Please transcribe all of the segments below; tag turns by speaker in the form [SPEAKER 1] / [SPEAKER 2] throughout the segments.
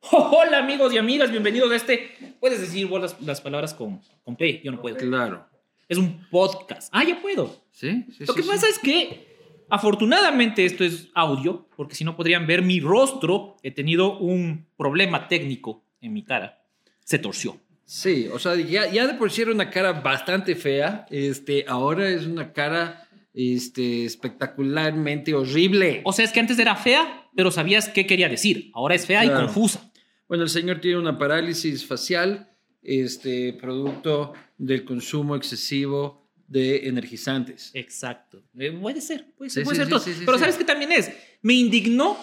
[SPEAKER 1] Hola amigos y amigas, bienvenidos a este. Puedes decir vos las, las palabras con, con P, yo no puedo.
[SPEAKER 2] Claro.
[SPEAKER 1] Es un podcast. Ah, ya puedo.
[SPEAKER 2] ¿Sí? sí
[SPEAKER 1] Lo que
[SPEAKER 2] sí,
[SPEAKER 1] pasa
[SPEAKER 2] sí.
[SPEAKER 1] es que afortunadamente esto es audio, porque si no podrían ver mi rostro. He tenido un problema técnico en mi cara. Se torció.
[SPEAKER 2] Sí, o sea, ya, ya de por sí era una cara bastante fea. Este, ahora es una cara este, espectacularmente horrible.
[SPEAKER 1] O sea, es que antes era fea, pero sabías qué quería decir. Ahora es fea y
[SPEAKER 2] Claro.
[SPEAKER 1] confusa.
[SPEAKER 2] Bueno, el señor tiene una parálisis facial, este, producto del consumo excesivo de energizantes.
[SPEAKER 1] Exacto. Eh, puede ser, puede
[SPEAKER 2] Sí,
[SPEAKER 1] ser, puede
[SPEAKER 2] sí,
[SPEAKER 1] ser
[SPEAKER 2] sí,
[SPEAKER 1] todo.
[SPEAKER 2] sí, sí,
[SPEAKER 1] Pero
[SPEAKER 2] sí.
[SPEAKER 1] ¿sabes qué también es? Me indignó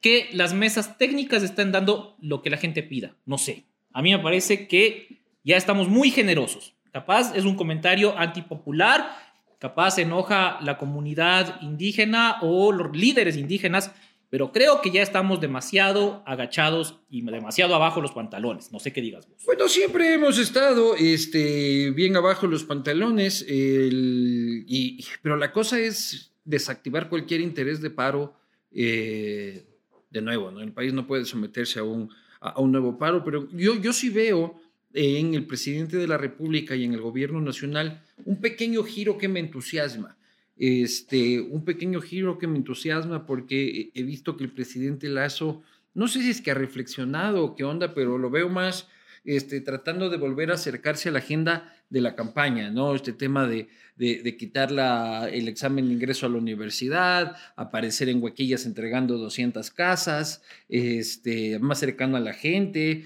[SPEAKER 1] que las mesas técnicas están dando lo que la gente pida. No sé. A mí me parece que ya estamos muy generosos. Capaz es un comentario antipopular, capaz enoja la comunidad indígena o los líderes indígenas, pero creo que ya estamos demasiado agachados y demasiado abajo los pantalones. No sé qué digas vos.
[SPEAKER 2] Bueno, siempre hemos estado este, bien abajo los pantalones, el- y, pero la cosa es desactivar cualquier interés de paro eh, de nuevo. ¿no? El país no puede someterse a un, a, a un nuevo paro, pero yo, yo sí veo en el presidente de la República y en el gobierno nacional un pequeño giro que me entusiasma. Este, un pequeño giro que me entusiasma porque he he visto que el presidente Lazo, no sé si es que ha reflexionado o qué onda, pero lo veo más este, tratando de volver a acercarse a la agenda de la campaña, ¿no? Este tema de, de- de quitar la- el examen de ingreso a la universidad, aparecer en huequillas entregando 200 casas, este, más cercano a la gente.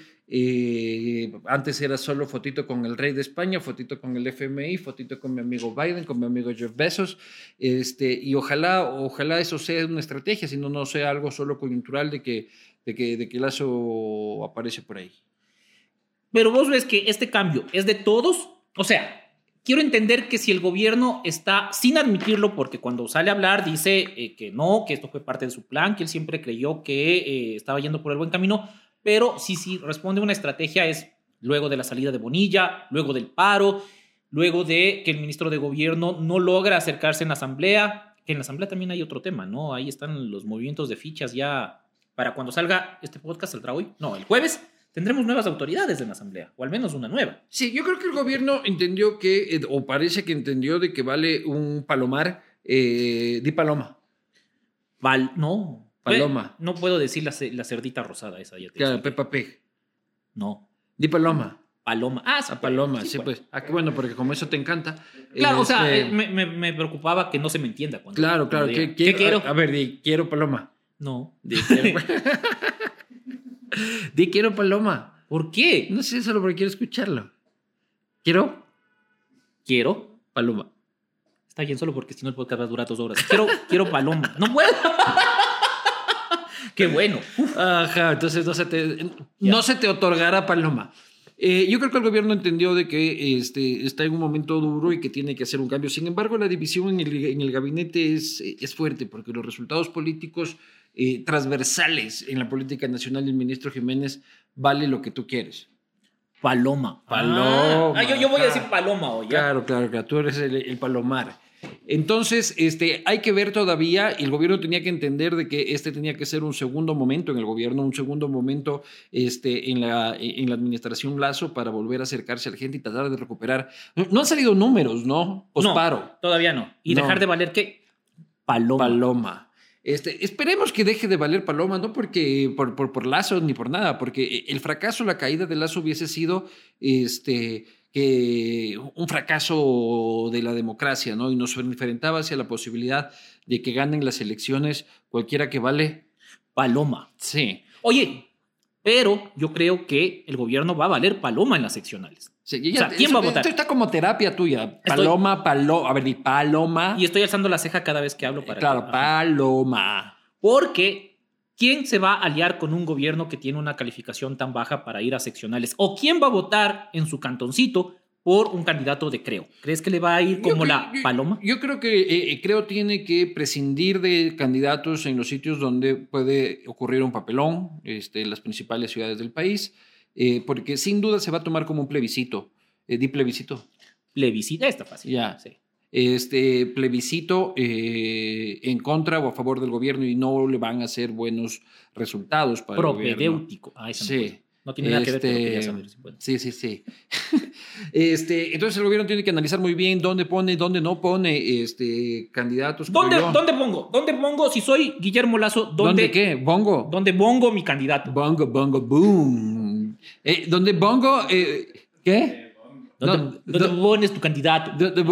[SPEAKER 2] eh, antes era solo fotito con el rey de España, fotito con el FMI, fotito con mi amigo Biden, con mi amigo Jeff Bezos, este, y ojalá, ojalá eso sea una estrategia, sino no sea algo solo coyuntural de que, de que, de que Lazo aparece por ahí.
[SPEAKER 1] Pero vos ves que este cambio es de todos. O sea, quiero entender que si el gobierno está sin admitirlo, porque cuando sale a hablar dice eh, que no, que esto fue parte de su plan, que él siempre creyó que eh, estaba yendo por el buen camino, pero si sí, responde una estrategia es luego de la salida de Bonilla, luego del paro, luego de que el ministro de gobierno no logra acercarse en la asamblea, que en la asamblea también hay otro tema, ¿no? Ahí están los movimientos de fichas ya para cuando salga este podcast, saldrá hoy, no, el jueves, tendremos nuevas autoridades en la asamblea, o al menos una nueva.
[SPEAKER 2] Sí, yo creo que el gobierno entendió que, eh, o parece que entendió de que vale un palomar, eh, di paloma.
[SPEAKER 1] Val, no.
[SPEAKER 2] Paloma.
[SPEAKER 1] Pe- No puedo decir la, ce- la cerdita rosada esa. Ya te
[SPEAKER 2] Claro,
[SPEAKER 1] dije.
[SPEAKER 2] Peppa Pig.
[SPEAKER 1] No.
[SPEAKER 2] Di paloma.
[SPEAKER 1] Paloma. Ah, sí
[SPEAKER 2] A
[SPEAKER 1] puede,
[SPEAKER 2] paloma, sí,
[SPEAKER 1] puede.
[SPEAKER 2] pues. Ah, qué bueno, porque como eso te encanta.
[SPEAKER 1] Claro, o sea,
[SPEAKER 2] este,
[SPEAKER 1] eh, me, me- me preocupaba que no se me entienda. Cuando,
[SPEAKER 2] Claro, claro.
[SPEAKER 1] cuando
[SPEAKER 2] que-
[SPEAKER 1] diga,
[SPEAKER 2] que-
[SPEAKER 1] ¿Qué quiero?
[SPEAKER 2] A, a ver, di quiero paloma.
[SPEAKER 1] no.
[SPEAKER 2] Di quiero, di quiero paloma.
[SPEAKER 1] ¿Por qué?
[SPEAKER 2] No sé, solo porque quiero escucharlo. Quiero
[SPEAKER 1] Quiero.
[SPEAKER 2] paloma.
[SPEAKER 1] Está bien, solo porque si no el podcast va a durar dos horas. Quiero, quiero paloma. No puedo. qué bueno.
[SPEAKER 2] Ajá, entonces no se te,
[SPEAKER 1] Ya.
[SPEAKER 2] no se te otorgará paloma. Eh, yo creo que el gobierno entendió de que este, está en un momento duro y que tiene que hacer un cambio. Sin embargo, la división en el, en el gabinete es, es fuerte porque los resultados políticos eh, transversales en la política nacional del ministro Jiménez vale lo que tú quieres.
[SPEAKER 1] Paloma.
[SPEAKER 2] Paloma,
[SPEAKER 1] Ah, yo, yo voy a
[SPEAKER 2] claro.
[SPEAKER 1] decir paloma hoy. ¿ya?
[SPEAKER 2] Claro, claro, claro. Tú eres el, el palomar. Entonces, este, hay que ver todavía, y el gobierno tenía que entender de que este tenía que ser un segundo momento en el gobierno, un segundo momento este, en, la, en la administración Lazo para volver a acercarse a la gente y tratar de recuperar. No, no han salido números, ¿no? Os
[SPEAKER 1] No.
[SPEAKER 2] paro.
[SPEAKER 1] Todavía no. Y
[SPEAKER 2] No.
[SPEAKER 1] dejar de valer qué? Paloma.
[SPEAKER 2] Paloma. Este, esperemos que deje de valer Paloma, no porque por, por, por Lazo ni por nada, porque el fracaso, la caída de Lazo hubiese sido este, que un fracaso de la democracia, ¿no? Y nos enfrentaba hacia la posibilidad de que ganen las elecciones cualquiera que vale.
[SPEAKER 1] paloma.
[SPEAKER 2] Sí.
[SPEAKER 1] Oye, pero yo creo que el gobierno va a valer paloma en las seccionales.
[SPEAKER 2] Sí, y
[SPEAKER 1] O sea, ¿quién va a votar?
[SPEAKER 2] Esto está como terapia tuya. Paloma, paloma, a ver, y paloma.
[SPEAKER 1] Y estoy alzando la ceja cada vez que hablo para
[SPEAKER 2] claro,
[SPEAKER 1] que- Ajá.
[SPEAKER 2] paloma.
[SPEAKER 1] porque ¿quién se va a aliar con un gobierno que tiene una calificación tan baja para ir a seccionales? ¿O quién va a votar en su cantoncito por un candidato de creo? ¿Crees que le va a ir
[SPEAKER 2] Yo
[SPEAKER 1] como
[SPEAKER 2] creo-
[SPEAKER 1] la
[SPEAKER 2] yo-
[SPEAKER 1] paloma?
[SPEAKER 2] Yo creo que eh, eh, creo tiene que prescindir de candidatos en los sitios donde puede ocurrir un papelón, este, las principales ciudades del país, eh, porque sin duda se va a tomar como un plebiscito. Eh, di plebiscito.
[SPEAKER 1] Plebiscita está fácil.
[SPEAKER 2] Ya.
[SPEAKER 1] sí.
[SPEAKER 2] este plebiscito eh, en contra o a favor del gobierno y no le van a hacer buenos resultados para el gobierno.
[SPEAKER 1] Propedéutico. Ah, esa me
[SPEAKER 2] Sí.
[SPEAKER 1] acuerdo. No tiene nada que ver con lo que ya
[SPEAKER 2] Este,
[SPEAKER 1] saben, si pueden.
[SPEAKER 2] Sí, sí, sí. este, entonces el gobierno tiene que analizar muy bien dónde pone, dónde no pone este, candidatos. creo
[SPEAKER 1] ¿Dónde,
[SPEAKER 2] yo.
[SPEAKER 1] ¿Dónde pongo? ¿Dónde pongo si soy Guillermo Lazo? ¿Dónde,
[SPEAKER 2] ¿Dónde qué? Bongo.
[SPEAKER 1] ¿Dónde pongo mi candidato?
[SPEAKER 2] Bongo, bongo, boom. Eh, ¿Dónde bongo? eh, ¿Qué?
[SPEAKER 1] ¿Dónde, dónde pones tu candidato?
[SPEAKER 2] ¿Dónde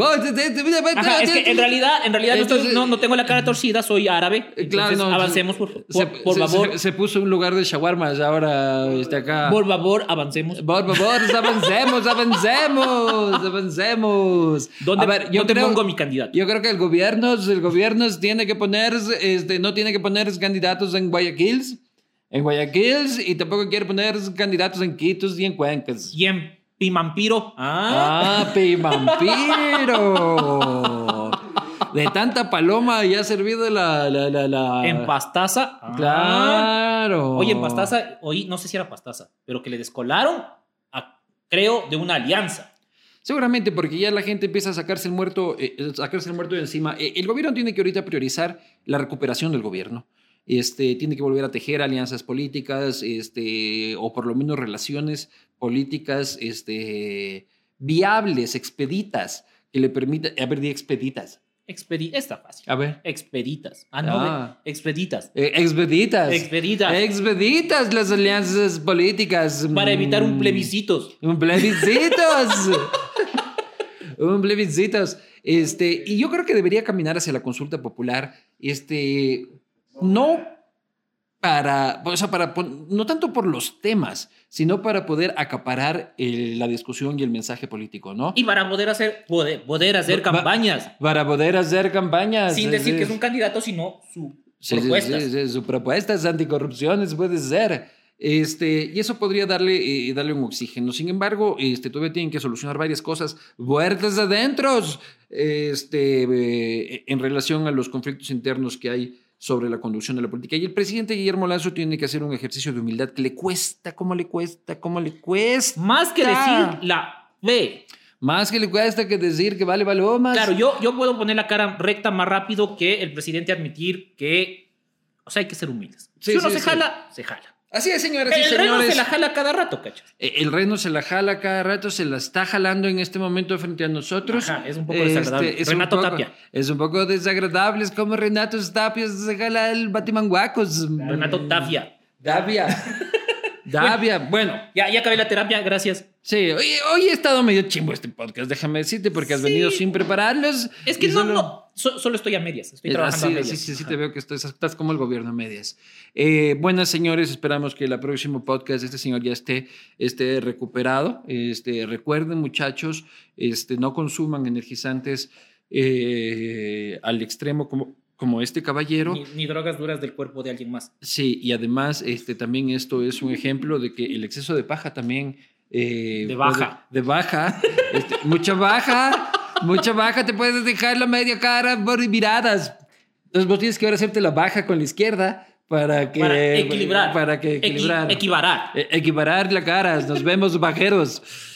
[SPEAKER 1] Ajá, es que en realidad, en realidad no, estoy-
[SPEAKER 2] Entonces- eh,
[SPEAKER 1] no, no tengo la cara torcida, soy árabe. Entonces,
[SPEAKER 2] Claro, no,
[SPEAKER 1] avancemos, por,
[SPEAKER 2] se-
[SPEAKER 1] por- por
[SPEAKER 2] se-
[SPEAKER 1] favor.
[SPEAKER 2] Se, se puso un lugar de shawarmas ahora este, acá.
[SPEAKER 1] por favor, avancemos.
[SPEAKER 2] Por favor, avancemos, avancemos, avancemos.
[SPEAKER 1] ¿Dónde,
[SPEAKER 2] A ver, yo
[SPEAKER 1] dónde
[SPEAKER 2] creo,
[SPEAKER 1] pongo mi candidato?
[SPEAKER 2] yo creo que el gobierno, el gobierno tiene que poner, este, no tiene que poner candidatos en Guayaquil, en Guayaquil y tampoco quiere poner candidatos en Quitos y en Cuencas.
[SPEAKER 1] Y en Pimampiro. Ah,
[SPEAKER 2] ¡Ah, vampiro! De tanta paloma ya ha servido la... la, la, la-
[SPEAKER 1] en Pastaza. Ah.
[SPEAKER 2] Claro.
[SPEAKER 1] Oye, en Pastaza, oí, no sé si era Pastaza, pero que le descolaron, a- creo, de una alianza.
[SPEAKER 2] Seguramente porque ya la gente empieza a sacarse el muerto, eh, eh, sacarse el muerto de encima. Eh, el gobierno tiene que ahorita priorizar la recuperación del gobierno. Este, tiene que volver a tejer alianzas políticas, este, o por lo menos relaciones políticas este, viables, expeditas, que le permita... A ver, di expeditas.
[SPEAKER 1] Expedi está fácil.
[SPEAKER 2] A ver.
[SPEAKER 1] Expeditas. Ah, no,
[SPEAKER 2] Ah.
[SPEAKER 1] ve, expeditas.
[SPEAKER 2] Eh, expeditas.
[SPEAKER 1] Expeditas.
[SPEAKER 2] Expeditas las alianzas políticas.
[SPEAKER 1] para evitar un
[SPEAKER 2] Mm.
[SPEAKER 1] plebiscitos.
[SPEAKER 2] Un plebiscitos. un plebiscitos. Este, y yo creo que debería caminar hacia la consulta popular, este, no para, o sea, para, pon- no tanto por los temas, sino para poder acaparar el- la discusión y el mensaje político, ¿no?
[SPEAKER 1] Y para poder hacer, poder, poder hacer
[SPEAKER 2] Va-
[SPEAKER 1] campañas.
[SPEAKER 2] para poder hacer campañas.
[SPEAKER 1] sin
[SPEAKER 2] es
[SPEAKER 1] decir que es
[SPEAKER 2] decir,
[SPEAKER 1] un candidato, sino su
[SPEAKER 2] Sí, sí,
[SPEAKER 1] propuesta.
[SPEAKER 2] sí, sí, su propuestas anticorrupciones puede ser. Este, y eso podría darle, eh, darle un oxígeno. Sin embargo, este, todavía tienen que solucionar varias cosas vueltas adentro este, eh, en relación a los conflictos internos que hay sobre la conducción de la política. Y el presidente Guillermo Lazo tiene que hacer un ejercicio de humildad que le cuesta, cómo le cuesta, cómo le cuesta.
[SPEAKER 1] Más que
[SPEAKER 2] Ya.
[SPEAKER 1] decir la B.
[SPEAKER 2] Más que le cuesta que decir que vale más
[SPEAKER 1] Claro, yo, yo puedo poner la cara recta más rápido que el presidente admitir que. O sea, hay que ser humildes.
[SPEAKER 2] Sí,
[SPEAKER 1] si uno
[SPEAKER 2] sí,
[SPEAKER 1] se
[SPEAKER 2] sí.
[SPEAKER 1] jala, se jala.
[SPEAKER 2] Así es, señoras y
[SPEAKER 1] El reno
[SPEAKER 2] señores.
[SPEAKER 1] se la jala cada rato, cachas.
[SPEAKER 2] Eh, El reno se la jala cada rato, se la está jalando en este momento frente a nosotros.
[SPEAKER 1] Ajá, este, es un poco desagradable. Renato
[SPEAKER 2] Este, poco-
[SPEAKER 1] Tapia.
[SPEAKER 2] Es un poco desagradable, es como Renato Tapia se jala el Batman Guacos.
[SPEAKER 1] Renato Tafia.
[SPEAKER 2] Davia. Davia. Bueno,
[SPEAKER 1] Ya, ya acabé la terapia, gracias.
[SPEAKER 2] sí, hoy, hoy he estado medio chimbo este podcast, déjame decirte, porque has
[SPEAKER 1] Sí.
[SPEAKER 2] venido sin prepararlos.
[SPEAKER 1] Es que
[SPEAKER 2] y
[SPEAKER 1] no,
[SPEAKER 2] solo-
[SPEAKER 1] no, so- solo estoy a medias. Estoy
[SPEAKER 2] Eh,
[SPEAKER 1] trabajando
[SPEAKER 2] así,
[SPEAKER 1] a medias.
[SPEAKER 2] sí, sí, sí, te
[SPEAKER 1] Ajá.
[SPEAKER 2] veo que estás, estás como el gobierno a medias. Eh, buenas, señores, esperamos que el próximo podcast de este señor ya esté, esté recuperado. Este, recuerden, muchachos, este, no consuman energizantes eh, al extremo como, como este caballero.
[SPEAKER 1] Ni, ni drogas duras del cuerpo de alguien más.
[SPEAKER 2] Sí, y además este, también esto es un ejemplo de que el exceso de paja también... eh,
[SPEAKER 1] De baja.
[SPEAKER 2] puede- de baja. este, mucha baja. Mucha baja. Te puedes dejar la media cara por miradas. Entonces vos tienes que ahora hacerte la baja con la izquierda para que...
[SPEAKER 1] para equilibrar.
[SPEAKER 2] Para que
[SPEAKER 1] Equi-
[SPEAKER 2] equilibrar. eh,
[SPEAKER 1] equivarar.
[SPEAKER 2] E- equiparar la cara. Nos vemos bajeros.